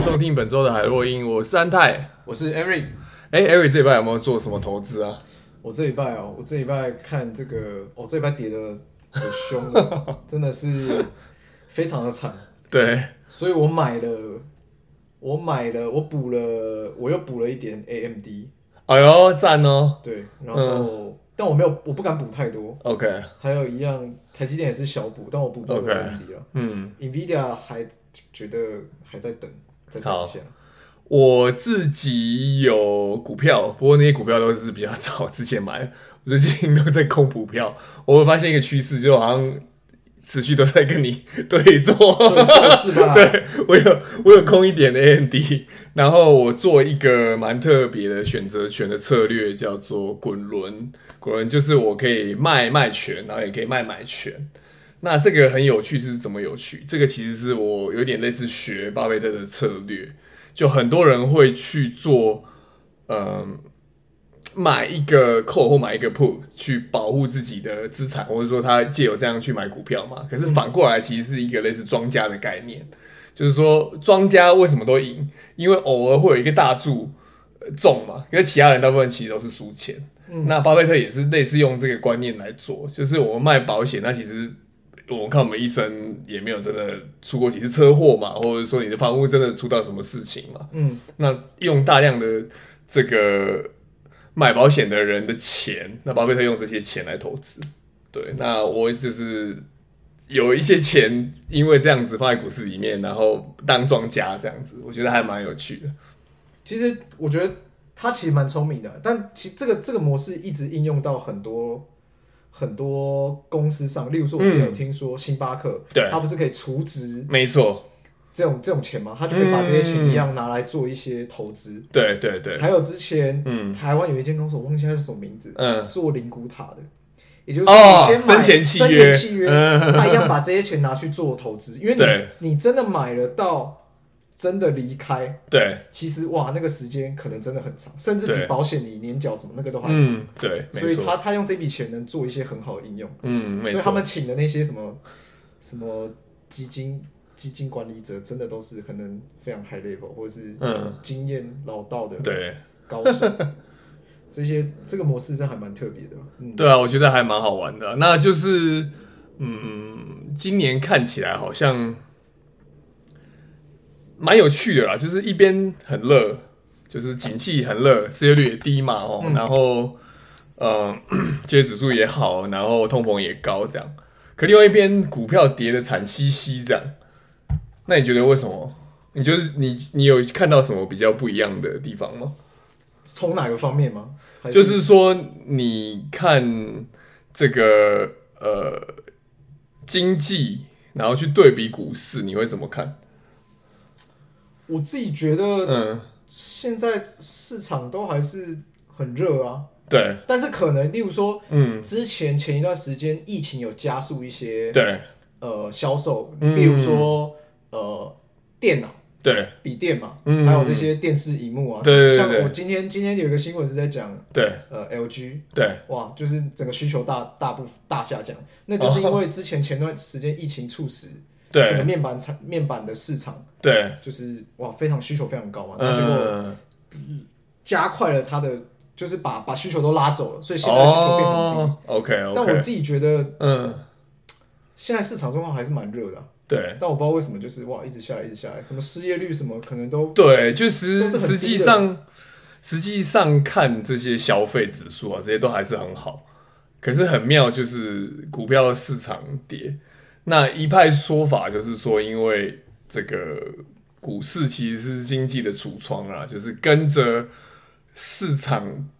收听本周的海洛因，我是安泰。我是 Eric，哎、艾瑞这礼拜有没有做什么投资啊？我这礼拜哦，我这礼拜看这个，哦，这礼拜跌的很凶哦，真的是非常的惨，对，所以我买了，我买了，我补了，我又补了一点 AMD，哎呦，赞哦。对，然后、嗯但我没有，我不敢补太多， OK，还有一样，台积电也是小补，但我补到 OK AMD 了嗯， ，NVIDIA 还觉得还在等，再等一下，我自己有股票，不过那些股票都是比较早之前买的，我最近都在空股票。我会发现一个趋势，就好像持续都在跟你对对，坐。这个是 吧？对我有我有空一点的 AMD，然后我做一个蛮特别的选择权的策略，叫做滚轮。滚轮就是我可以卖卖权，然后也可以卖买权。那这个很有趣，是怎么有趣？这个其实是我有点类似学巴菲特的策略，就很多人会去做，嗯、买一个 call 或买一个 put 去保护自己的资产，或者说他借由这样去买股票嘛。可是反过来，其实是一个类似庄家的概念，就是说庄家为什么都赢？因为偶尔会有一个大注呃中嘛，可是其他人大部分其实都是输钱。那巴菲特也是类似用这个观念来做，就是我们卖保险，那其实我们看我们医生也没有真的出过几次车祸嘛，或者说你的房屋真的出到什么事情嘛，嗯，那用大量的这个买保险的人的钱，那巴菲特用这些钱来投资。对，那我就是有一些钱，因为这样子放在股市里面，然后当庄家这样子，我觉得还蛮有趣的。其实我觉得他其实蛮聪明的，但其这个这个模式一直应用到很多很多公司上，例如说我之前有听说星巴克，嗯对他不是可以储值没错，这种这种钱吗？他就可以把这些钱一样拿来做一些投资。对对对，还有之前嗯台湾有一间公司，我忘记它是什么名字，嗯，做灵骨塔的。也就是哦说，你先买生前契约生前契 约，他一样把这些钱拿去做投资，因为嗯对你你真的买了到真的离开，对，其实哇，那个时间可能真的很长，甚至对比保险你年缴什么那个都还长。嗯，对，没所以错，他他用这笔钱能做一些很好的应用。嗯，所没以他错，们请的那些什么什么基金基金管理者，真的都是可能非常 high level 或者是嗯经验老道的对。高手。 这些这个模式真的还蛮特别的。嗯，对啊，我觉得还蛮好玩的啊、那就是，嗯，今年看起来好像蛮有趣的啦，就是一边很热，就是景气很热，失业率也低嘛，哦，然后，呃， 就业指数也好，然后通膨也高，这样。可另外一边，股票跌的惨兮兮，这样。那你觉得为什么？你就是你，你有看到什么比较不一样的地方吗？从哪个方面吗？还就是说，你看这个呃经济，然后去对比股市，你会怎么看？我自己觉得嗯，现在市场都还是很热啊，对，但是可能例如说嗯，之前前一段时间疫情有加速一些对，呃销售，嗯比如说、呃电脑、对，笔电嘛，嗯还有这些电视荧幕啊。对对对对像我今天今天有一个新闻是在讲对，呃 LG，对，哇，就是整个需求大大部大下降，那就是因为之前前段时间疫情促使整个对，面板产面板的市场对，就是哇非常需求非常高啊嘛，那结果嗯，加快了它的。就是把把需求都拉走了，所以现在需求变很低。 ，OK 但我哦 OK，自己觉得嗯，现在市场状况还是蛮热的啊、对，但我不知道为什么，就是哇，一直下来，一直下来，什么失业率什么，可能都对，就都实是实很低际的上实际上看这些消费指数啊，这些都还是很好。可是很妙，就是股票市场跌。那一派说法就是说，因为这个股市其实是经济的橱窗啊，就是跟着市场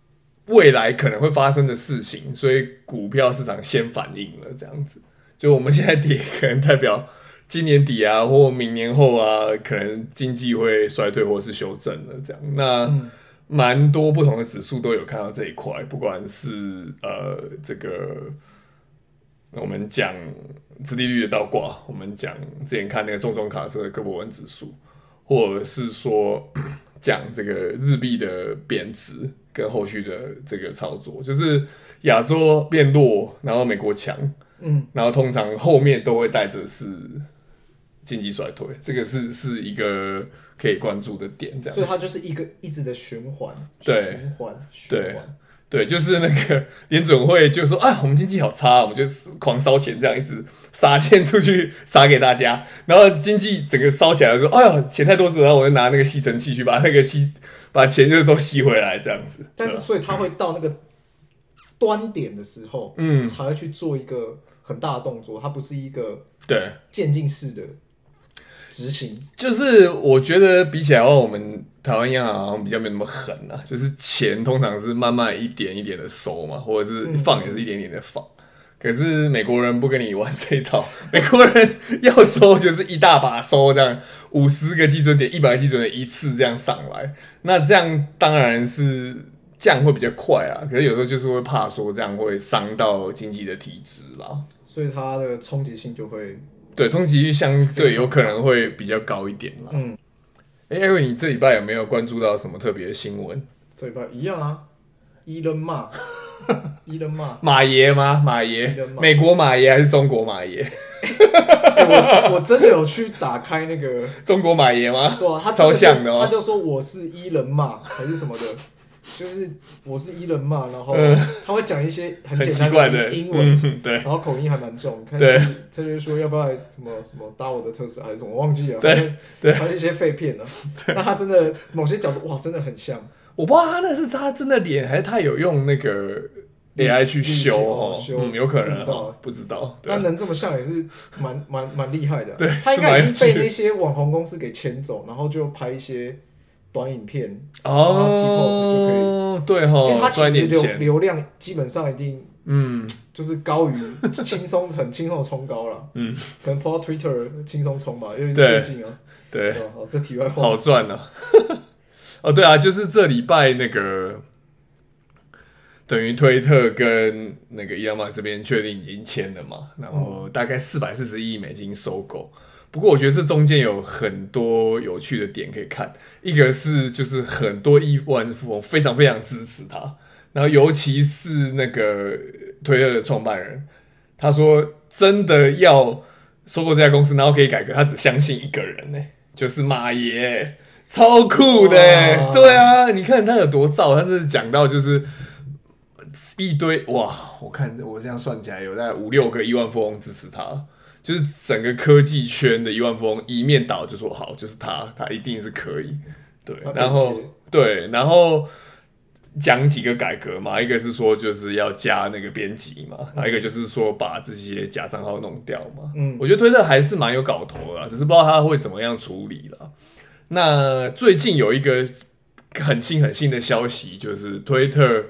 未来可能会发生的事情，所以股票市场先反应了这样子。就我们现在跌，可能代表今年底啊，或明年后啊，可能经济会衰退或是修正了这样。那蛮多不同的指数都有看到这一块，不管是呃这个我们讲殖利率的倒挂，我们讲之前看那个重装卡车的哥博文指数，或者是说 讲这个日币的贬值跟后续的这个操作，就是亚洲变弱，然后美国强，嗯，然后通常后面都会带着是经济衰退，这个是是一个可以关注的点，这样所以子。它就是一个一直的循环，啊对循环，循对环。对，就是那个 联准会就说啊，我们经济好差，我们就狂烧钱，这样一直撒钱出去撒给大家，然后经济整个烧起来说，哎呀，钱太多是，然后我就拿那个吸尘器去把那个吸把钱就都吸回来，这样子。但是，对吧啊所以它会到那个端点的时候，嗯才会去做一个很大的动作，它不是一个对，渐进式的执行。就是我觉得比起来的话，我们台湾央行好像比较没有那么狠啊，就是钱通常是慢慢一点一点的收嘛，或者是嗯放也是一点一点的放。可是美国人不跟你玩这一套， 美国人要收就是一大把收，这样五十个基准点、一百个基准点一次这样上来，那这样当然是降会比较快啊。可是有时候就是会怕说这样会伤到经济的体质啦，所以它的冲击性就会，对，冲击相对有可能会比较高一点啦。嗯，哎、艾瑞，你这礼拜有没有关注到什么特别的新闻？这一拜一样啊，伊人骂，伊 人骂，马爷吗？马爷人，吗美国马爷还是中国马爷？ 欸我我真的有去打开那个，中国马爷吗？对啊，他超像的哦，哦他就说我是伊人骂还 是什么的，就是我是伊人骂，然后他会讲一些很嗯很简奇单怪的的英文，嗯，对，然后口音还蛮重，但对是他就说要不要来什么什么搭我的特色还是什么，我忘记了，对反正对还有一些废片呢、啊。那他真的某些角度哇，真的很像我不知道他那是他真的脸，还是他有用那个嗯 AI 去修哦？修嗯，有可不能知道哦，不知道。对但，能这么像也是蛮蛮蛮厉害的啊、对他是应蛮该有已经趣被那些网红公司给牵走，然后就拍一些短影片，然后 TikTok 就可以，哦，对因为哦他，赚其一实点流钱，流量基本上一定嗯，就是高于轻松很轻松的冲高了，嗯，可能 PO 到 Twitter 轻松冲吧，因为是对最近啊，对。对吧好，这题外话，好赚呢、 哦，对啊，就是这礼拜那个等于推特跟那个伊朗马这边确定已经签了嘛，然后大概四百四十亿美金收购。不过我觉得这中间有很多有趣的点可以看，一个是就是很多亿万富翁非常非常支持他，然后尤其是那个推特的创办人，他说真的要收购这家公司，然后可以改革，他只相信一个人呢、就是马爷，超酷的、哇对啊，你看他有多燥，他这是讲到就是一堆哇，我看我这样算起来有在五六个亿万富翁支持他。就是整个科技圈的亿万富翁一面倒就说好，就是他，他一定是可以，对他，然后理解对，然后讲几个改革嘛，一个是说就是要加那个编辑嘛，还有一个就是说把这些假账号弄掉嘛。嗯我觉得推特还是蛮有搞头的啦，只是不知道他会怎么样处理啦。那最近有一个很新很新的消息，就是推特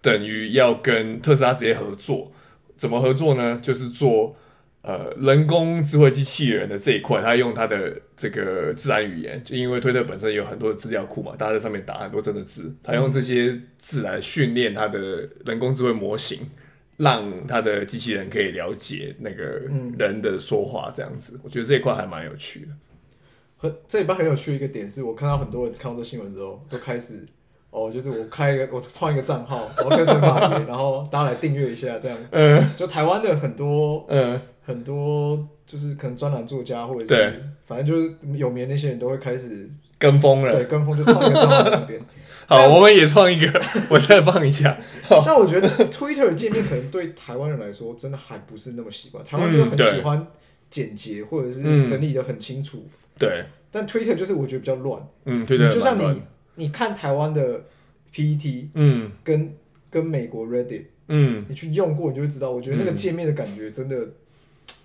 等于要跟特斯拉直接合作，怎么合作呢？就是做呃人工智慧机器人的这一块，它用它的这个自然语言，就因为推特本身有很多的资料库嘛，大家在上面打很多真的字，它用这些字来训练它的人工智慧模型，让它的机器人可以了解那个嗯人的说话这样子。我觉得这一块还蛮有趣的。很这礼拜很有趣的一个点是，我看到很多人看到这新闻之后，都开始哦，就是我开一个我创一个账号，我要跟谁马爷，然后大家来订阅一下，这样。嗯就台湾的很多 嗯，很多就是可能专栏作家或者对是反正就是有名的那些人都会开始跟风了对。跟风，就创一个账号在那边。好，我们也创一个， 我再放一下。好，但我觉得 Twitter 界面可能对台湾人来说真的还不是那么习惯，台湾嗯就很对喜欢简洁或者是嗯整理的很清楚，对，但但 Twitter 就是我觉得比较乱，嗯，推特就像蛮乱你你看台湾的 PET 嗯跟跟美国 Reddit，嗯，你去用过你就会知道，我觉得那个嗯界面的感觉真的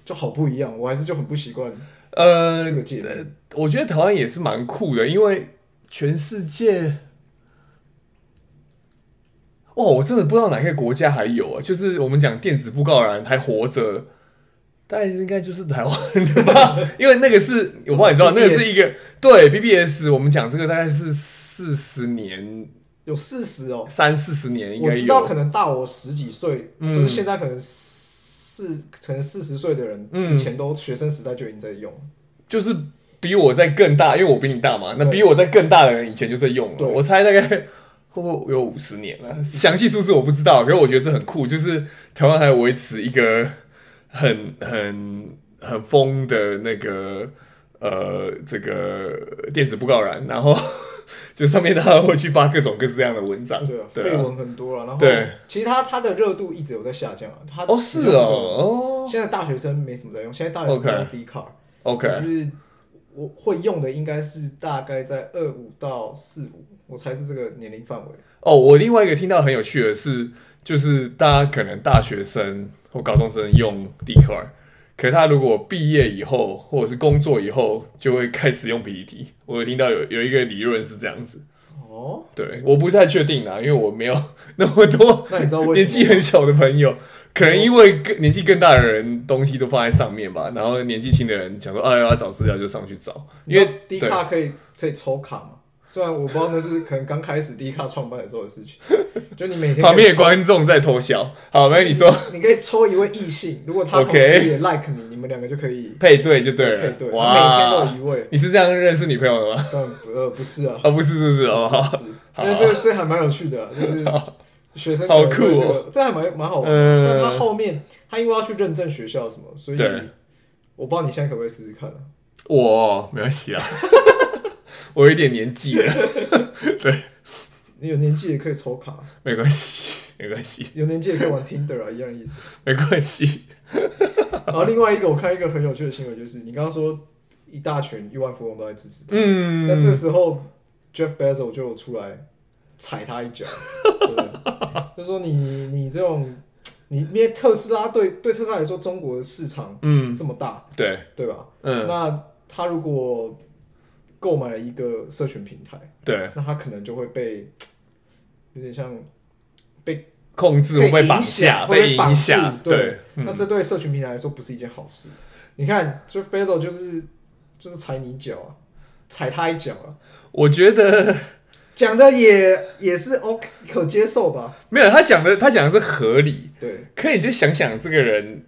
就好不一样，我还是就很不习惯呃这，个界面。我觉得台湾也是蛮酷的，因为全世界，哇，我真的不知道哪个国家还有啊，就是我们讲电子布告栏还活着。但应该就是台湾的吧， 因为那个是我不知道你知道，那个是一哦个对 BBS，我们讲这个大概是四十年、有四十哦，三四十年应我该知道有可，能大我十几岁，嗯就是现在可能四可能四十岁的人，嗯以前都学生时代就已经在用了。就是比我在更大，因为我比你大嘛，那对比我在更大的人以前就在用了，对我猜大概 会不会有五十年了、详细数字我不知道，可是我觉得这很酷，就是台湾还维持一个很很很疯的那个呃这个电子布告栏，然后 就上面他会去发各种各式各样的文章，对啊，对绯啊，闻很多了。然后对，其实它它的热度一直有在下降啊。它哦使是用者哦，哦现在大学生没什么在用，现在大学生 OK 都用 D card， ，OK，可是我会用的应该是大概在二五到四五，我才是这个年龄范围。哦，我另外一个听到很有趣的是，就是大家可能大学生或高中生用 d c a r 可他如果毕业以后或者是工作以后，就会开始用 PPT。我有听到有有一个理论是这样子，哦，对，我不太确定啊啦，因为我没有 那么多那你知道为年什纪么吗？很小的朋友，可能因为更年纪更大的人东西都放在上面吧，然后年纪轻的人想说，哎、要找资料就上去找，因为 D 对卡可以可以抽卡嘛，虽然我不知道那是可能刚开始 D 卡创办的时候的事 情，就你每天旁边的可以抽观众在偷笑。好，那你说，你可以抽一位异性，如果他同时 OK 也 like 你，你们两个就可以配对就对配了，对，他每哇天都有一位。你是这样认识女朋友的吗？但不呃不是啊，啊，不是，是不是？哦，不好，是，好但是这这还蛮有趣的啊， 就是学生好可能会酷这哦个，这还蛮蛮好玩的。但他嗯，后面他因为要去认证学校什么，所以对我不知道你现在可不可以试试看啊。我没关系啊， 我有一点年纪了， 你有年纪也可以抽卡，没关系，没关系，有年纪也可以玩 Tinder 啊，一样 意思。没关系。然后另外一个我看一个很有趣的新闻，就是你刚刚说一大群亿万富翁都在支持他，嗯，那这时候 Jeff Bezos 就有出来踩他一脚，对 就说你你这种你因为特斯拉对对特斯拉来说，中国的市场嗯，这么大，对，对吧？嗯，那他如果购买了一个社群平台，对，那他可能就会被有点像，控制我被被绑影响架，会被被绑影住响，对对，那嗯，这对社群平台来说不是一件好事。你看，Jeff Bezos 就是就是踩你一脚啊，踩他一脚啊，我觉得讲的也也是 OK 可接受吧？没有他讲的，他讲的是合理，对，可你就想想这个人。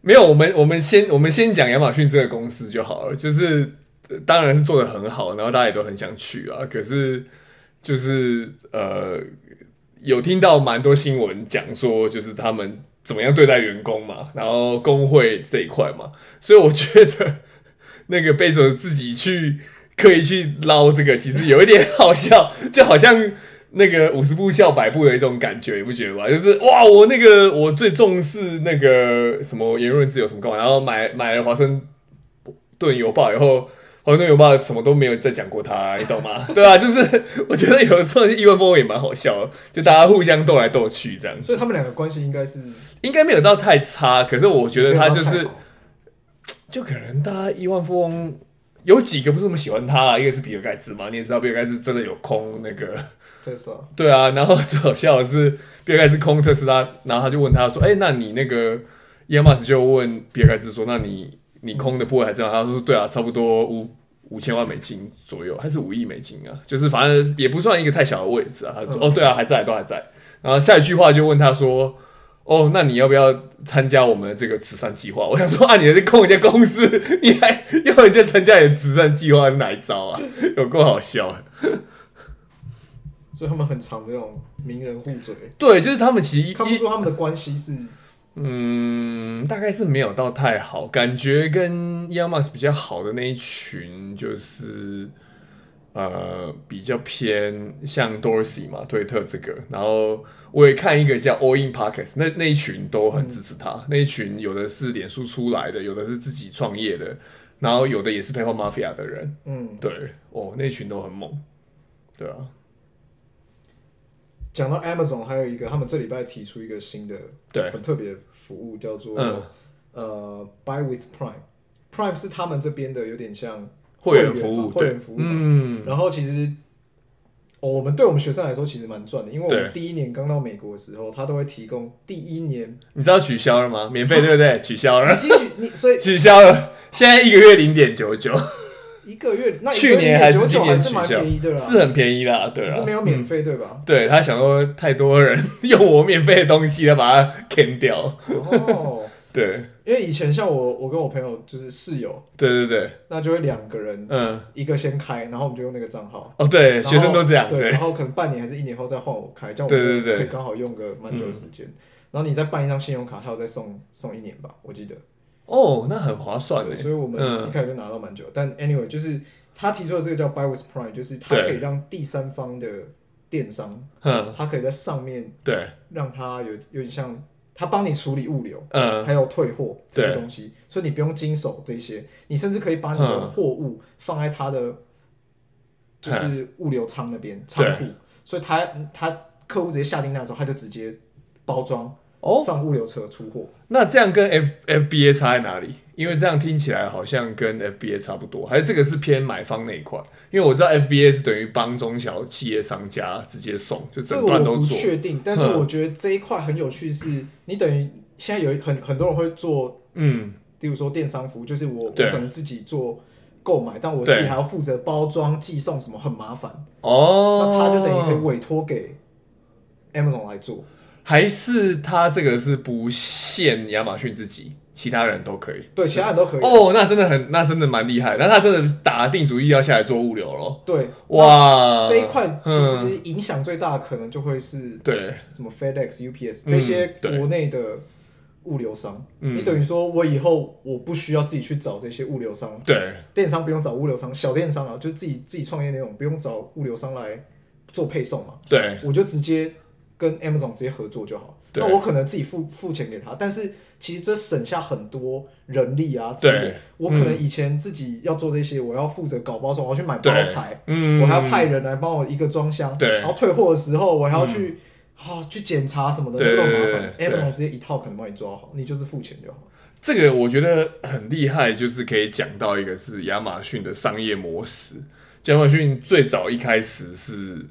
没有，我们我们先我们先讲亚马逊这个公司就好了，就是、呃当然是做的很好，然后大家也都很想去啊。可是就是呃，有听到蛮多新闻讲说，就是他们怎么样对待员工嘛，然后工会这一块嘛，所以我觉得 那个贝佐自己去刻意去捞这个，其实有一点好笑， 就好像。那个五十步笑百步的一种感觉，你不觉得吗？就是哇，我那个我最重视那个什么言论自由什么干嘛，然后买买了华盛顿邮报以后，华盛顿邮报什么都没有再讲过他，你懂吗？对啊，就是我觉得有的时候亿万富翁也蛮好笑的，就大家互相斗来斗去这样子，所以他们两个关系应该是应该没有到太差，可是我觉得他就没有是到太好就可能大家亿万富翁有几个不是那么喜欢他、啊，一个是比尔盖茨嘛，你也知道比尔盖茨真的有空那个。特斯拉，对啊，然后最好笑的是，比尔盖茨空特斯拉，然后他就问他说：“哎、那你那个 Elon Musk 就问比尔盖茨说，那你你空的部位还这样？”他说：“对啊，差不多五五千万美金左右，还是五亿美金啊？就是反正也不算一个太小的位置啊。”他说：“嗯哦，对啊，还在，都还在。”然后下一句话就问他说。哦，那你要不要参加我们的这个慈善计划？我想说，啊，你还是空人家公司，你还要人家参加你的慈善计划是哪一招啊？有够好笑的。所以他们很常这种名人互嘴，对，就是他们其实一看不出他们的关系是嗯，大概是没有到太好，感觉跟 Elon Musk 比较好的那一群就是。呃，比较偏像 Dorsey 嘛，推特这个，然后我也看一个叫 All In Pockets，那那一群都很支持他，那一群有的是脸书出来的，有的是自己创业的，然后有的也是 PayPal Mafia 的人，嗯，对，哦，那一群都很猛，对啊，讲到 Amazon 还有一个，他们这礼拜提出一个新的对，很特啊别的服务，叫做、嗯呃 Buy with Prime。Prime 是他们这边的有点像会员嘛服务，会对员服，务嘛。嗯，然后其实、哦我们对我们学生来说其实蛮赚的，因为我对们第一年刚到美国的时候，他都会提供第一 年你知道取消了吗？免费对不对？取消了已。经取你所以取消了，现在一个月零点九九，一个月那去年还是九今九年还取是消蛮便宜的啦，是很便宜啦，对只啊啊是没，有免费对吧？对他想说太多人用我免费的东西，他把它砍掉，哦，对因为以前像我我跟我朋友就是室友，对对对，那就会两个人嗯，一个先开，然后我们就用那个账号。哦对，然后学生都这样，对，对然后可能半年还是一年后再换我开，这样我对对嗯们对可以刚好用个蛮久的时间。然后你再办一张信用卡，还有再送送一年吧，我记得。哦，那很划算对，呢。所以我们嗯一开始就拿到蛮久。但 anyway，就是他提出的这个叫 Buy with Prime，就是它对可以让第三方的电商，嗯，它可以在上面对，让它有有点像，它帮你处理物流，嗯，还有退货这些对东西，所以你不用经手这些，你甚至可以把你的嗯货物放在它的就是物流仓那边仓对库，所以他他客户直接下订单的时候，他就直接包装哦，上物流车出货。那这样跟 F F B A 差在哪里？因为这样听起来好像跟 F B A 差不多，还是这个是偏买方那一块？因为我知道 F B A 是等于帮中小企业商家直接送，就这整个我段都不做。嗯确定，但是我觉得这一块很有趣是，你等于现在有一很很多人会做，嗯，例如说电商服务，就是我我对可能自己做购买，但我自己对还要负责包装、寄送什么，很麻烦。哦，那他就等于可以委托给 Amazon 来做，还是他这个是不限亚马逊自己，其他人都可以。对，其他人都可以。哦，那真的很，那真的蛮厉害。那他真的打定主意要下来做物流咯。对，哇，这一块其嗯实影响最大的可能就会是对，什么 FedEx、UPS 嗯这些对国内的物流商。嗯你等于说我以后我不需要自己去找这些物流商，对，电商不用找物流商，小电商啊，就是自己自己创业那种，不用找物流商来做配送嘛，对，我就直接跟 Amazon 直接合作就好。对那我可能自己付付钱给他，但是其实这省下很多人力啊资对源。我可能嗯以前自己要做这些，我要负责搞包装，我要去买包对材，嗯，我还要派人来帮我一个装箱，对嗯然后退货的时候我还要去。啊、去检查什么的对那都很对麻烦对对，Amazon 直接一套可能帮你抓好，你就是付钱就好。这个我觉得很厉害，就是可以讲到一个是亚马逊的商业模式。亚马逊最早一开始是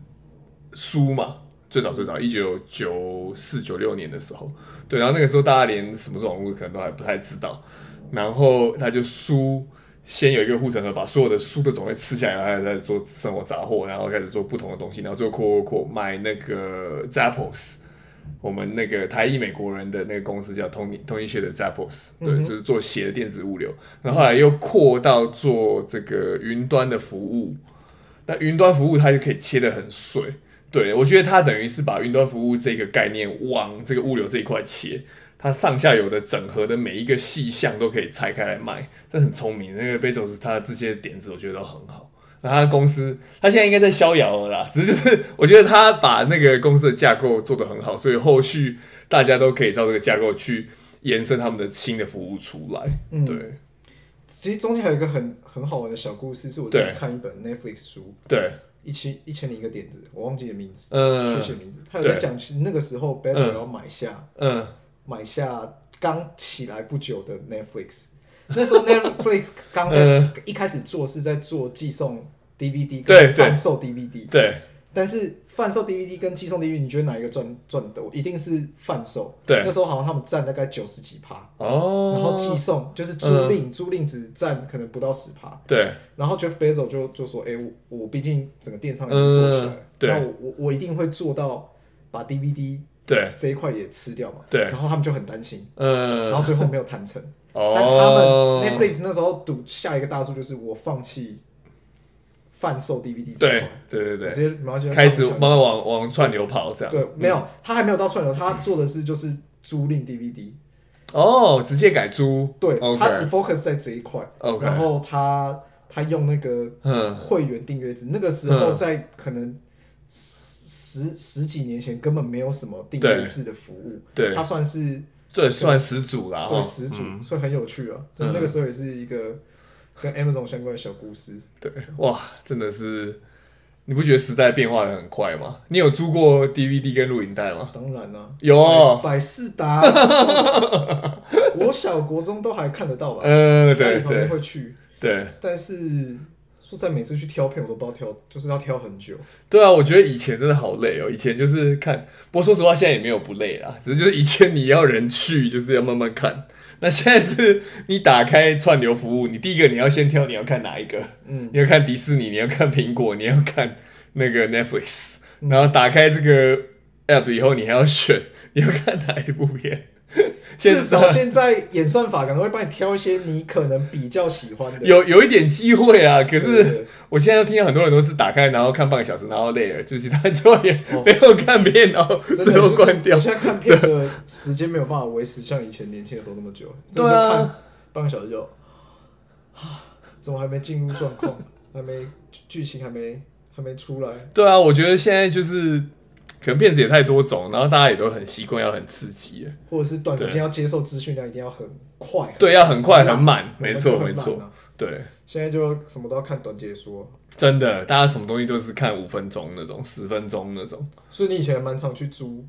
书嘛，最早最早一九九四九六年的时候，对，然后那个时候大家连什么是网络可能都还不太知道，然后他就书先有一个护城河，把所有的书的种类吃下来，然后他再做生活杂货，然后开始做不同的东西，然后最后扩扩扩卖那个 Zappos。我们那个台裔美国人的那个公司叫 Tony Tony Shea 的 Zappos，对，就是做鞋的电子物流，然后后来又扩到做这个云端的服务，那云端服务它就可以切得很碎。对我觉得它等于是把云端服务这个概念往这个物流这一块切，它上下游的整合的每一个细项都可以拆开来卖，这很聪明。那个贝佐斯他这些点子我觉得都很好。那他的公司，他现在应该在逍遥了啦，只是就是我觉得他把那个公司的架构做得很好，所以后续大家都可以照这个架构去延伸他们的新的服务出来。嗯对其实中间还有一个很很好玩的小故事，是我之前对看一本 Netflix 书，对，一千一千零一个点子，我忘记了名字，确嗯切名字。他有在讲，其实那个时候 b e z o 要买下、嗯，买下刚起来不久的 Netflix，那时候 Netflix 刚在、嗯一开始做是在做寄送 DVD 对对跟贩售 DVD，对但是贩售 DVD 跟寄送 DVD，你觉得哪一个赚赚多？一定是贩售。那对，时候好像他们占大概九十几趴，哦，嗯然后寄送就是租赁，租赁只占可能不到十趴。对然后 Jeff Bezos 就就说：“哎、我我毕竟整个电商已经做起来了嗯，对那我我我一定会做到把 DVD 对这一块也吃掉嘛。”对然后他们就很担心，嗯，然后最后没有谈成。 哦，但他们 Netflix 那时候赌下一个大注就是我放弃贩售 DVD 这一对块，对我对直接马上就对，开始慢慢往往串流跑这样。嗯对，没有他还没有到串流，他做的是就是租赁 DVD，哦，直接改租。对他只，OK focus 在这一块，然 OK，后他他用那个嗯，会员订阅制，那个时候嗯在可能十十十几年前根本没有什么订阅制的服务，对它，算是这算始祖啦。对哦始祖，嗯所以很有趣啊。就嗯那个时候也是一个跟 Amazon 相关的小故事。对，哇，真的是，你不觉得时代变化的很快吗？你有租过 DVD 跟录影带吗？当然啦、有，啊 百百事达，啊国小国中都还看得到吧？呃，家里 对旁边对会去，对但是说实在每次去挑片我都不知道挑，就是要挑很久。对啊！我觉得以前真的好累哦，以前就是看，不过说实话，现在也没有不累啦，只是就是以前你要人去，就是要慢慢看。那现在是你打开串流服务，你第一个你要先挑你要看哪一个，嗯，你要看迪士尼，你要看苹果，你要看那个 嗯 Netflix，然后打开这个 app 以后，你还要选你要看哪一部片，现在至少现在演算法可能会帮你挑一些你可能比较喜欢的。有有一点机会啊，可对，是对我现在听到很多人都是打开然后看半个小时，然后累了，就是他最后也哦没有看片，然后 真的最后关掉就是我。现在看片的时间没有办法维持像以前年轻的时候那么久，对真的啊看半个小时就，啊，怎么还没进入状况，还没剧剧情还没还没出来，对啊，我觉得现在就是可能骗子也太多种，然后大家也都很习惯要很刺激了，或者是短时间要接受资讯量一定要很快，对，要很快很很满，没错我没们就很错懒，啊。对，现在就什么都要看短解说，真的，大家什么东西都是看五分钟那种，十分钟那种。所以你以前还蛮常去租，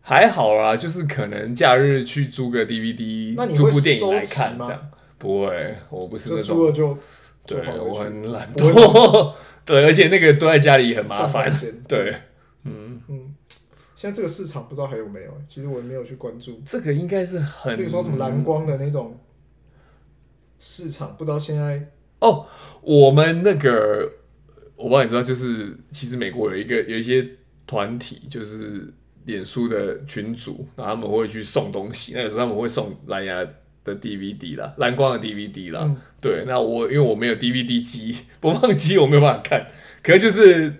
还好啦，就是可能假日去租个 DVD，那你租会部电影来收集看吗这样。不会，我不是就那租种，了就就对跑回我去很懒不会惰， 对，而且那个都在家里很麻占烦房，间对，嗯，嗯，现在这个市场不知道还有没有，其实我也没有去关注。这个应该是很，例如说什么蓝光的那种市场，不知道现在哦，我们那个我不知道你知道，就是其实美国有一个有一些团体，就是脸书的群主，然后他们会去送东西，那有时候他们会送蓝牙的 DVD 啦，蓝光的 DVD 啦。嗯对，那我因为我没有 DVD 机， 播放机我没有办法看，可是就是。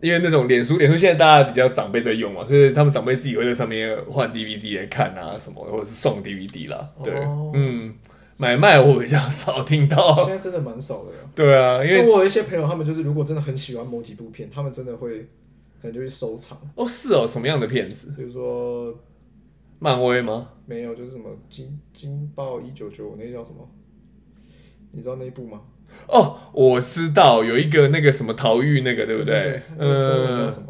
因为那种脸书，脸书现在大家比较长辈在用嘛，所以他们长辈自己会在上面换 DVD 来看啊什么的，或者是送 DVD 啦。对，哦嗯，买卖我比较少听到。现在真的蛮少的呀。对啊，因因为为我有一些朋友，他们就是如果真的很喜欢某几部片，他们真的会可能就去收藏，哦是哦，什么样的片子？比如说漫威吗？没有就是什么《金金爆一九九五》那叫什么？你知道那一部吗？哦，我知道有一个那个什么逃狱那个，对不对对？那个中文叫嗯，什么？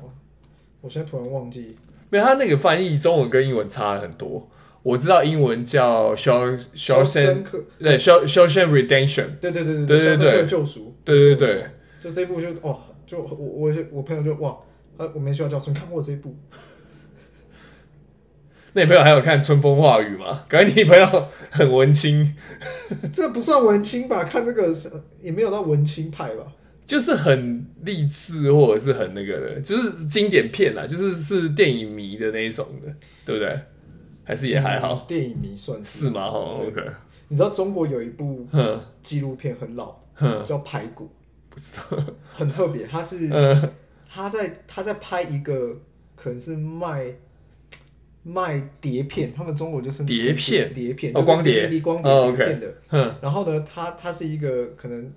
我现在突然忘记。没有，他那个翻译中文跟英文差很多。我知道英文叫《肖肖申》，克，对，《肖肖申 Redemption》，对对对对对肖申克对的救赎，对对没错对，就这一部就哇，就我我我朋友就哇，呃，我没需要教授，你看过这一部？那你朋友还有看《春风化雨》吗？感觉你朋友很文青，这不算文青吧？看这个是也没有到文青派吧？就是很励志或者是很那个的，就是经典片啦，就是是电影迷的那一种的，对不对？还是也还好，嗯电影迷算是。是吗？哦对，OK，嗯你知道中国有一部哼纪录片很老，哼，叫《排骨》，不知道，很特别。它是嗯。它在它在拍一个可能是卖卖碟片，他们中国就是碟片碟片，哦就是光碟 DVD 光哦碟，OK 碟片的。哼，然后呢，他他是一个可能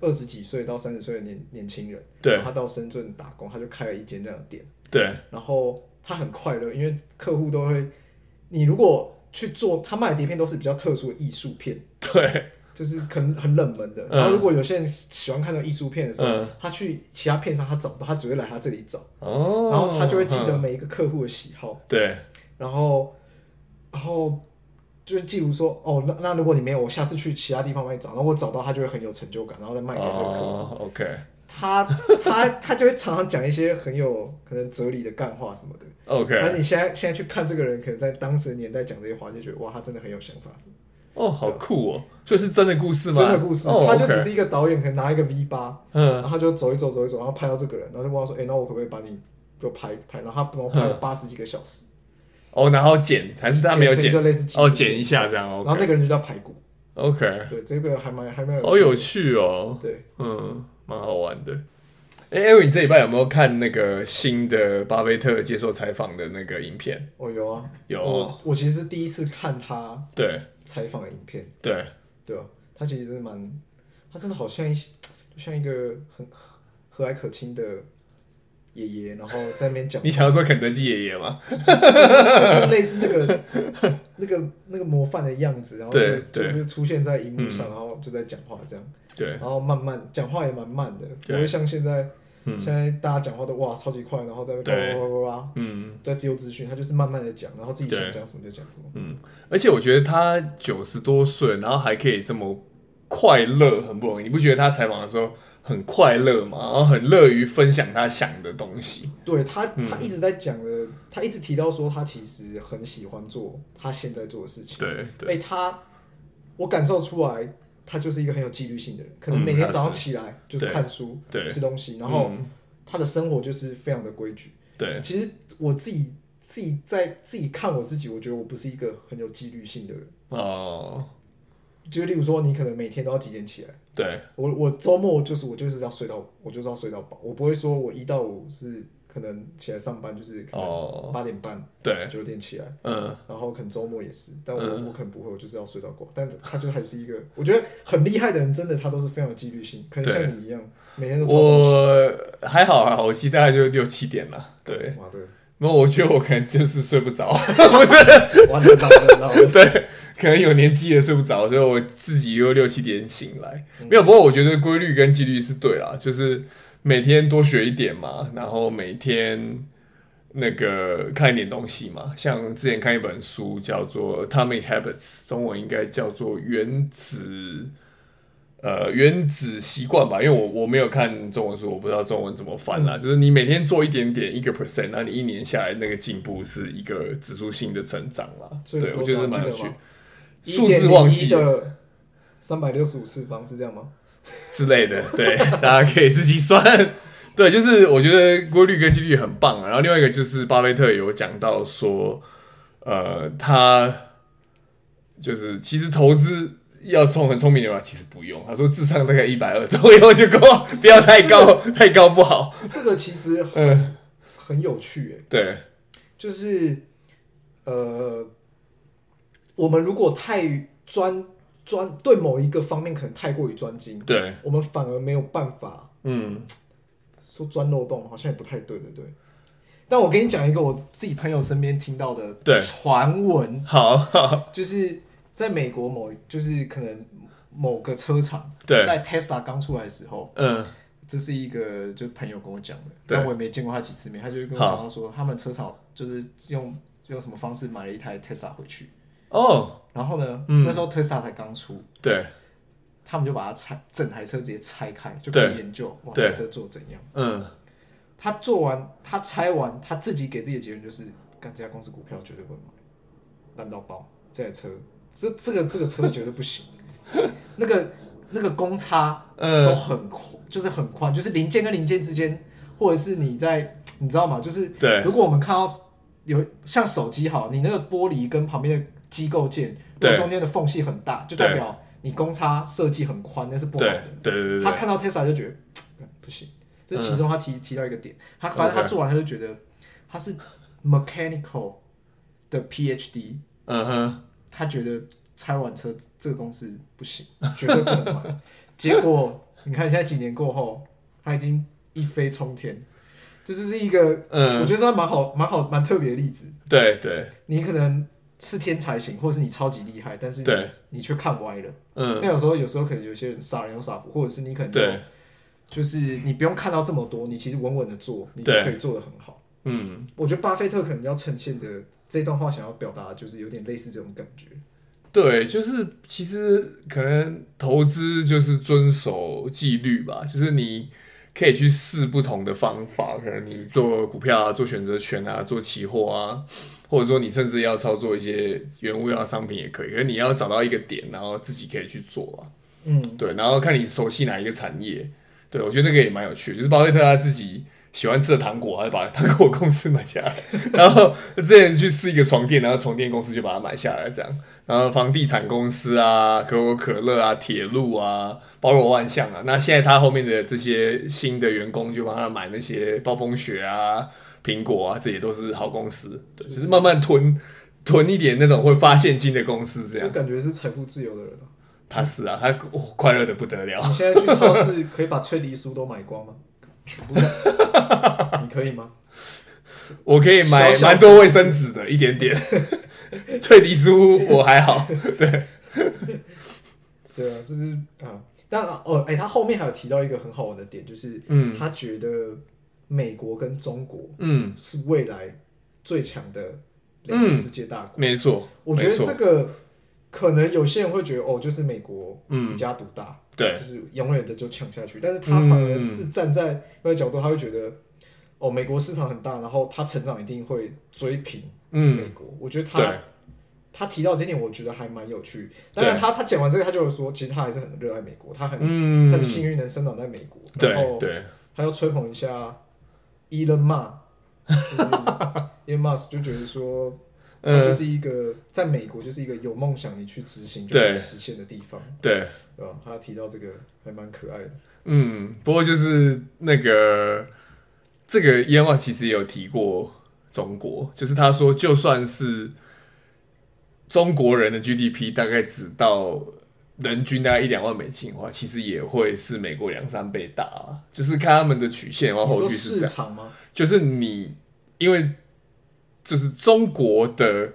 二十几岁到三十岁的年年轻人，然对后他到深圳打工，他就开了一间这样的店，对，然后他很快乐，因为客户都会，你如果去做他卖的碟片都是比较特殊的艺术片，对，就是可能很冷门的，嗯然后如果有些人喜欢看那种艺术片的时候，嗯他去其他片商他找不到，他只会来他这里找，哦，然后他就会记得嗯，每一个客户的喜好，对，然后，然后就是记录说，哦，那那如果你没有，我下次去其他地方帮你找，然后我找到他就会很有成就感，然后再卖给这个客户。哦，OK，他他他就会常常讲一些很有可能哲理的干话什么的。但 OK，是你现在现在去看这个人，可能在当时的年代讲这些话，就觉得哇，他真的很有想法，什么哦，好酷哦，所以是真的故事吗？真的故事。哦他就只 OK，是一个导演，可能拿一个 V 八，然嗯，后他就走一走走一走，然后拍到这个人，然后就问他说，哎、那我可不可以把你就拍拍？然后他然后拍了八十几个小时，哦，然后剪，嗯还是他没有剪成剪一个，类似纪录哦，片剪一下这样然后那，OK，OK，个人就叫排骨。对，这个还蛮还蛮好有趣哦，对，嗯，蛮好玩的。哎，艾瑞，你这礼拜有没有看那个新的巴菲特接受采访的那个影片？我有啊，有哦，我我其实是第一次看他对采访的影片，对，对吧、他其实真的蛮，他真的好像一，就像一个很和和蔼可亲的爷爷，然后在那 边讲，你想要说肯德基爷爷吗？就是就是类似那个 那个那个模范的样子，然后就对对嗯就是出现在荧幕上，然后就在讲话这样，对然，后慢慢讲话也蛮慢的，不对会像现在嗯现在大家讲话都哇超级快，然后在那对边叭叭叭叭叭嗯。在丢资讯，他就是慢慢的讲，然后自己想对讲什么就讲什么。嗯，而且我觉得他九十多岁，然后还可以这么快乐，很不容易。你不觉得他采访的时候很快乐吗？然后很乐于分享他想的东西。对他，嗯他一直在讲的，他一直提到说他其实很喜欢做他现在做的事情。对对，他我感受出来，他就是一个很有纪律性的人，可嗯能每天他早上是起来就是对看书、对吃东西，然后嗯他的生活就是非常的规矩。对其实我自己自己在自己看我自己，我觉得我不是一个很有纪律性的人。哦，就例如说，你可能每天都要几点起来？对，我我周末就是我就是要睡到我就是要睡到饱，我不会说我一到五是可能起来上班就是可能哦八点半对，九点起来，嗯，然后可能周末也是，但我、嗯我可能不会，我就是要睡到过。但他就还是一个，我觉得很厉害的人，真的他都是非常有纪律性，可能对像你一样，每天都超早起。我还好还好，我期待就六七点了，对。妈的，那我觉得我可能就是睡不着， 不是，完了老了老了，对， 可能有年纪也睡不着，所以我自己又六七点醒来。没有，不过我觉得规律跟纪律是对啦，就是每天多学一点嘛，然后每天那个看一点东西嘛。像之前看一本书叫做《Atomic Habits》，中文应该叫做《原子》。呃，原子习惯吧，因为我我没有看中文书，我不知道中文怎么翻嗯啦。就是你每天做一点点，一个 percent，那你一年下来那个进步是一个指数性的成长啦。 所以对，是多我少觉得蛮有记趣得吗，数字忘记1.01了的三百六十五次方是这样吗？之类的，对， 大家可以自己算。对，就是我觉得规律跟纪律很棒啊。然后另外一个就是巴菲特有讲到说，呃，他就是其实投资要聪很聪明的话，其实不用。他说智商大概一百二左右就够，不要太高，太高不好。这个其实很嗯、很有趣、欸，对，就是呃，我们如果太专专对某一个方面可能太过于专精，对，我们反而没有办法嗯，说钻漏洞好像也不太对，对不对？但我跟你讲一个我自己朋友身边听到的对传闻，好，好就是在美国某就是可能某个车厂，对在 Tesla 刚出来的时候，嗯，这是一个就是朋友跟我讲的，对但我也没见过他几次面，他就跟我讲到说，他们车厂就是用用什么方式买了一台 Tesla 回去，哦，然后呢，嗯那时候 Tesla 才刚出，对，他们就把它拆整台车直接拆开，就可以对研究哇，这对台车做怎样。嗯，他做完，他拆完，他自己给自己的结论就是，干这家公司股票绝对不能买，烂到爆，这台车，这这个这个车绝对不行， 那个那个公差嗯都，很宽，就是很宽，就是零件跟零件之间，或者是你在，你知道吗？就是对如果我们看到有像手机好，你那个玻璃跟旁边的机构件，如对果中间的缝隙很大，就代对表你公差设计很宽，那是不好对的。，对对对他对，看到 Tesla 就觉得嗯不行，这是其中他提、提到一个点，他反正 OK 他做完他就觉得他是 mechanical 的 PhD，嗯哼，他觉得拆完车这个公司不行，绝对不能 买。结果你看现在几年过后，他已经一飞冲天，这就是一个、我嗯，觉得这蛮好蛮好蛮特别的例子。对对你可能是天才型，或是你超级厉害，但是你对，你却看歪了。嗯，那有时候有时候可能有些人杀人又杀父，或者是你可能对，就是你不用看到这么多，你其实稳稳的做，你就对可以做得很好。嗯。我觉得巴菲特可能要呈现的这段话想要表达，就是有点类似这种感觉。对，就是其实可能投资就是遵守纪律吧，就是你可以去试不同的方法，可能你做股票啊、做选择权啊、做期货啊，或者说你甚至要操作一些原物料商品也可以，可是你要找到一个点，然后自己可以去做啊。嗯，对，然后看你熟悉哪一个产业。对，我觉得那个也蛮有趣的，就是巴菲特他自己喜欢吃的糖果，他就把糖果公司买下来， 然后之前去试一个床垫，然后床垫公司就把它买下来，这样，然后房地产公司啊，可口可乐啊，铁路啊，包罗万象啊。那现在他后面的这些新的员工就帮他买那些暴风雪啊、苹果啊，这也都是好公司，对，就是慢慢囤囤一点那种会发现金的公司，这就样。感觉是财富自由的人啊、他是啊，他、哦快乐的不得了。你现在去超市可以把脆梨酥都买光吗？ 全部都，你可以吗？我可以买小小蛮多卫生纸的，一点点。 脆皮酥我还好，对啊，这是啊，但哦，哎、他后面还有提到一个很好玩的点，就是嗯他觉得美国跟中国嗯，是未来最强的两个嗯世界大国。没错，我觉得没错这个可能有些人会觉得哦，就是美国嗯一家独大，对就是永远的就抢下去。但是他反而是站在那个角度，他会觉得哦，美国市场很大，然后他成长一定会追平美嗯国。我觉得对他他提到这点，我觉得还蛮有趣。当然对他，他讲完这个，他就有说，其实他还是很热爱美国，他很、嗯很幸运能生长在美国，对然后对他要吹捧一下伊 l 嘛，就是 Elon Musk 就觉得说，它就嗯，是一个在美国就是一个有梦想你去执行就能对实现的地方，嗯对，对吧？他提到这个还蛮可爱的，嗯，不过就是那个这个烟话其实也有提过中国，就是他说就算是中国人的 GDP 大概只到人均大概一两万美金的话，其实也会是美国两三倍大啊，就是看他们的曲线的话，你后说续是这市样。场吗？就是你，因为就是中国的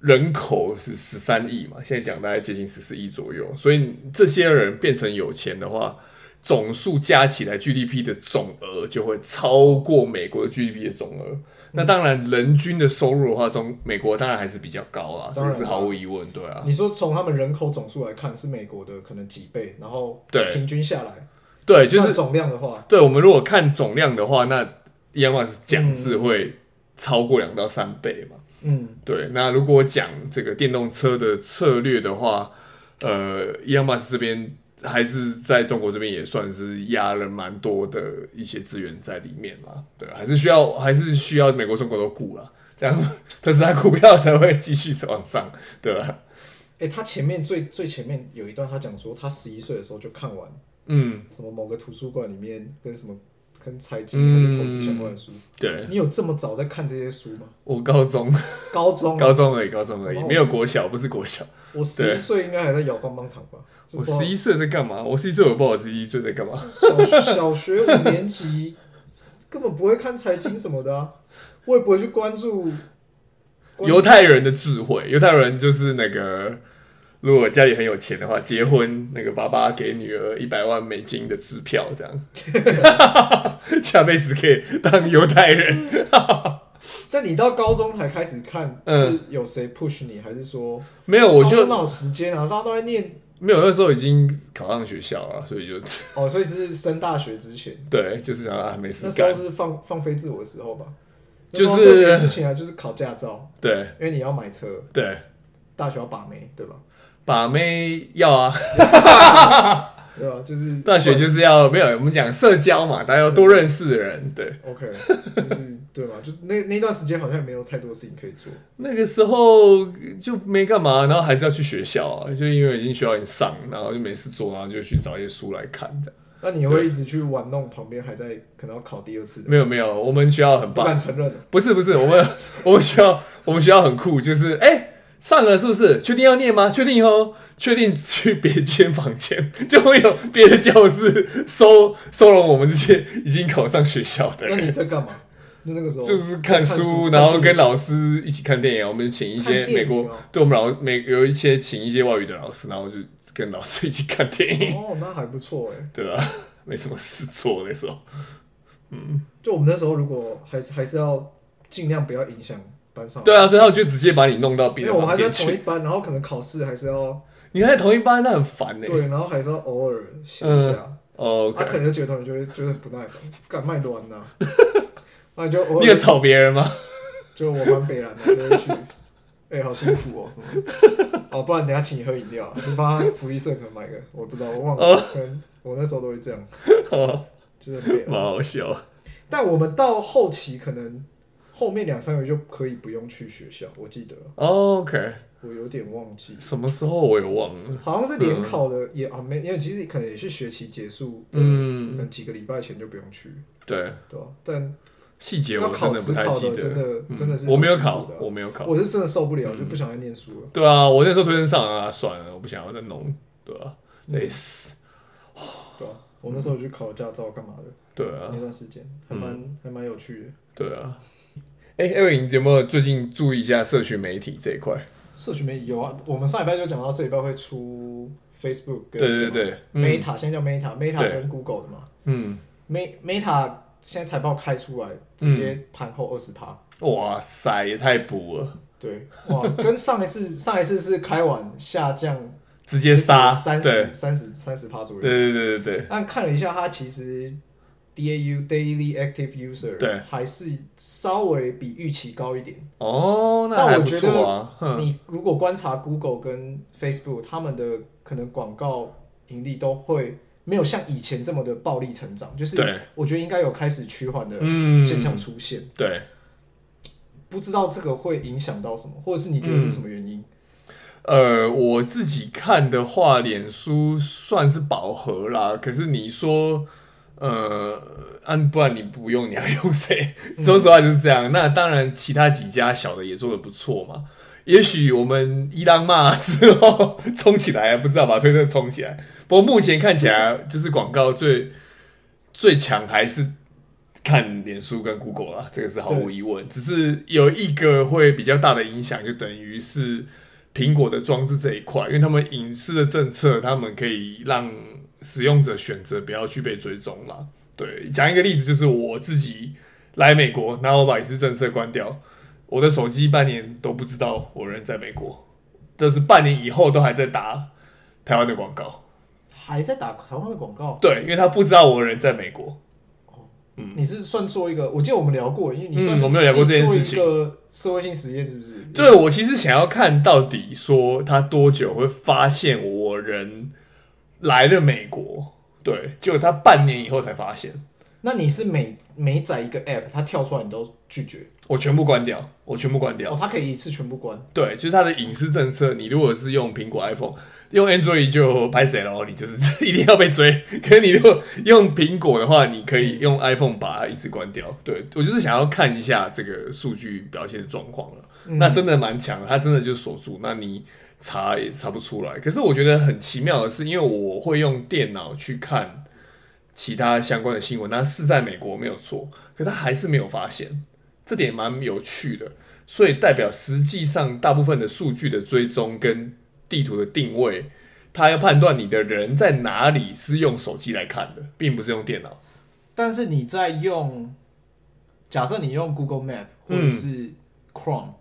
人口是十三亿嘛，现在讲大概接近十四亿左右，所以这些人变成有钱的话，总数加起来 GDP 的总额就会超过美国的 GDP 的总额。那当然，人均的收入的话，中美国当然还是比较高啦，这当然个啦是毫无疑问，对啊，你说从他们人口总数来看，是美国的可能几倍，然后对平均下来，对，就算是总量的话，对我们如果看总量的话，那一万是讲是会超过两到三倍嘛。嗯，对，那如果讲这个电动车的策略的话，呃，Elon Musk 这边还是在中国这边也算是压了蛮多的一些资源在里面啦。对，还是需要还是需要美国、中国都顾啦，这样 特斯拉股票才会继续往上，对吧？诶，他前面最最前面有一段，他讲说他十一岁的时候就看完嗯，什么某个图书馆里面跟什么跟财嗯经或者投资相关的书，对，你有这么早在看这些书吗？我高中高中啊，高中而已，高中而已，哦没有国小，不是国小。我十一岁应该还在摇棒棒糖吧？就我不知道十一岁在干嘛？我十一岁，我不知道我十一岁在干嘛。小小学五年级根本不会看财经什么的啊，我也不会去关注。关注犹太人的智慧，犹太人就是那个，如果家里很有钱的话，结婚那个爸爸给女儿一百万美金的支票，这样， 下辈子可以当犹太人。但你到高中才开始看，嗯是有谁 push 你，还是说没有，我高中就哪有时间啊？大家都在念没有，那时候已经考上学校了，所以就哦，所以是升大学之前，对，就是想啊，没事那时候干，是放放飞自我的时候吧。就是那时候这件事情啊，就是考驾照，对因为你要买车，对，大学要把妹，对吧？把妹要啊，对吧？就是大学就是要没有，我们讲社交嘛，大家要多认识人，对。 OK，就是对吧？就是那那段时间好像也没有太多事情可以做。那个时候就没干嘛，然后还是要去学校啊，就因为已经学校已经上，然后就没事做，然后就去找一些书来看的。那你会一直去玩弄旁边还在可能要考第二次的，没有没有，我们学校很不棒敢，承认的。 不是不是，我们 我们学校我们学校很酷，就是哎、上了是不是？确定要念吗？确定哦，确定去别间房间，就会有别的教室收收容我们这些已经考上学校的那人。你在干嘛？就那个时候就是看书，然后跟老师一起看电影啊。我们请一些看电美影国哦， 对我们老美有一些请一些外语的老师，然后就跟老师一起看电影，哦，那还不错哎。对吧、 没什么事做那时哦候。就我们那时候如果还是还是要尽量不要影响班上，对啊，所以他们就直接把你弄到因别为的我们房还是间在同一去。班，然后可能考试还是要你还在同一班，那很烦呢、对，然后还是要偶尔写一下。哦他 OK，、可能有几个同学就会觉得很不耐烦，敢卖 卵呐，那你就偶你有尔吵别人吗？就我玩北兰的 那一句，哎、好辛苦哦，什么的？哦，不然等一下请你喝饮料、啊，你帮他福利社可能买个，我不知道，我忘了，可能我那时候都会这样， 哦，就是很北蛮兰。好笑。但我们到后期可能后面两三个月就可以不用去学校，我记得，哦 OK，我有点忘记，什么时候我也忘了。好像是联考的也啊没，因为其实可能也是学期结束，嗯，嗯，可能几个礼拜前就不用去，对，对吧、但细节我要真考的职不太考记的得。真的嗯真的是我没有很辛苦考的啊，我没有考。嗯我是真的受不了，就不想再念书了。对啊，我那时候推荐上啊，算了，我不想要再弄，对啊，嗯累死，对啊，我那时候去考驾照干嘛的，对啊那，段时间还蛮、还蛮有趣的。对啊。哎、艾瑞，你有没有最近注意一下社群媒体这一块？社群媒体有啊，我们上礼拜就讲到这礼拜会出 Facebook 跟对对对，嗯 Meta，、现在叫 Meta，Meta 对跟 Google 的嘛嗯， ，Me-，Meta 现在财报开出来，直嗯接盘后二十趴。哇塞，也太补了，对，哇，跟上一次 上一次是开完下降直接杀，三对十三十三十趴左对对右。对对对，但看了一下，它其实 DAU Daily Active User 对还是稍微比预期高一点。哦，那但还我不觉错啊，得嗯，你如果观察 Google 跟 Facebook，他们的可能广告盈利都会没有像以前这么的暴力成长，就是对我觉得应该有开始趋缓的嗯，现象出现。对，不知道这个会影响到什么，或者是你觉得是什么原因？嗯呃，我自己看的话，脸书算是饱和啦。可是你说，呃，按不然你不用，你还用谁？嗯说实话就是这样。那当然，其他几家小的也做的不错嘛。也许我们伊朗骂之后 冲起来，不知道把推特冲起来。不过目前看起来，就是广告最最强还是看脸书跟 Google 啦，这个是毫无疑问。只是有一个会比较大的影响，就等于是苹果的装置这一块，因为他们隐私的政策，他们可以让使用者选择不要去被追踪啦。对，讲一个例子，就是我自己来美国，然后我把隐私政策关掉，我的手机半年都不知道我人在美国，这是半年以后都还在打台湾的广告。还在打台湾的广告，对，因为他不知道我人在美国。你是算做一个？我记得我们聊过，因为你算嗯是我们有聊过这件事情做一个社会性实验，是不是？对我其实想要看到底说他多久会发现我人来了美国，对，结果他半年以后才发现，那你是每每载一个 app，它跳出来你都拒绝，我全部关掉，我全部关掉。哦，它可以一次全部关。对，就是它的隐私政策，你如果是用苹果 iPhone，用 Android 就拍谁喽，你就是一定要被追。可是你如果用苹果的话，你可以用 iPhone 把它一次关掉。对我就是想要看一下这个数据表现的状况了，那真的蛮强的，它真的就锁住，那你查也查不出来。可是我觉得很奇妙的是，因为我会用电脑去看其他相关的新闻，那是在美国没有错，可它还是没有发现。这点蛮有趣的，所以代表实际上大部分的数据的追踪跟地图的定位，它要判断你的人在哪里是用手机来看的，并不是用电脑。但是你在用，假设你用 Google Map 嗯或者是 Chrome、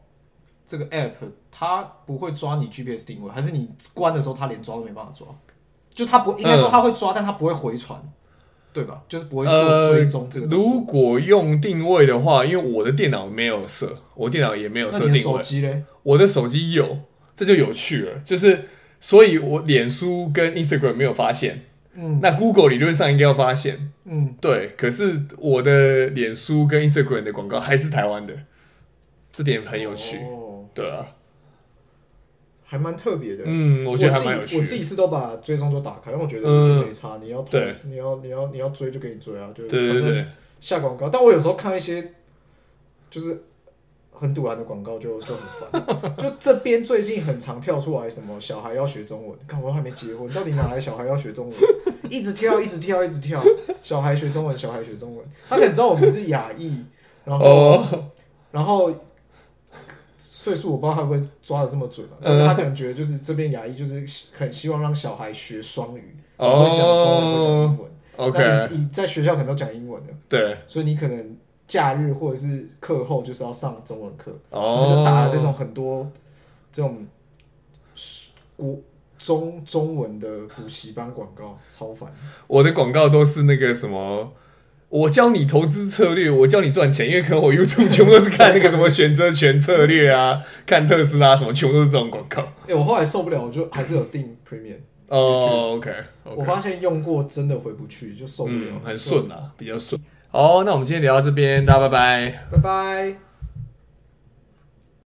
这个 app，它不会抓你 GPS 定位，还是你关的时候它连抓都没办法抓？就它不应呃该说它会抓，但它不会回传，对吧？就是不会做追踪这个动作。呃如果用定位的话，因为我的电脑没有设，我电脑也没有那设你的定手位，机嘞？我的手机有，这就有趣了。就是，所以我脸书跟 Instagram 没有发现，嗯那 Google 理论上应该要发现，嗯，对，可是我的脸书跟 Instagram 的广告还是台湾的，这点很有趣。哦、对啊，还蛮特别的。嗯，我觉得还自己蛮有趣我自己的。是都把追踪都打开，因为我觉得嗯我就没差。你要投对，你要你要你要追就给你追啊，就对对反正对，下广告，但我有时候看一些就是很堵然的广告就就很烦。 就这边最近很常跳出来什么小孩要学中文，看我还没结婚，到底哪来小孩要学中文？一直跳，一直跳，一直跳，小孩学中文，小孩学中文。他可能知道我们是亚裔，然后、哦，然后。岁数我不知道他会不会抓的这么准、嗯啊，但是他可能觉得就是这边牙医就是很希望让小孩学双语，不会讲中文，会讲英文。那哦 OK，你你在学校可能都讲英文的，对，所以你可能假日或者是课后就是要上中文课，然后哦，就打了这种很多这种国中中文的补习班广告，超烦。我的广告都是那个什么，我教你投资策略，我教你赚钱，因为可能我 YouTube 全部都是看那个什么选择权策略啊，看特斯拉什么，全部都是这种广告。哎、我后来受不了，我就还是有订 Premium，哦，OK，嗯我发现用过真的回不去，就受不了，嗯，很，顺啊，比较顺。好，那我们今天聊到这边，大家拜拜。拜拜。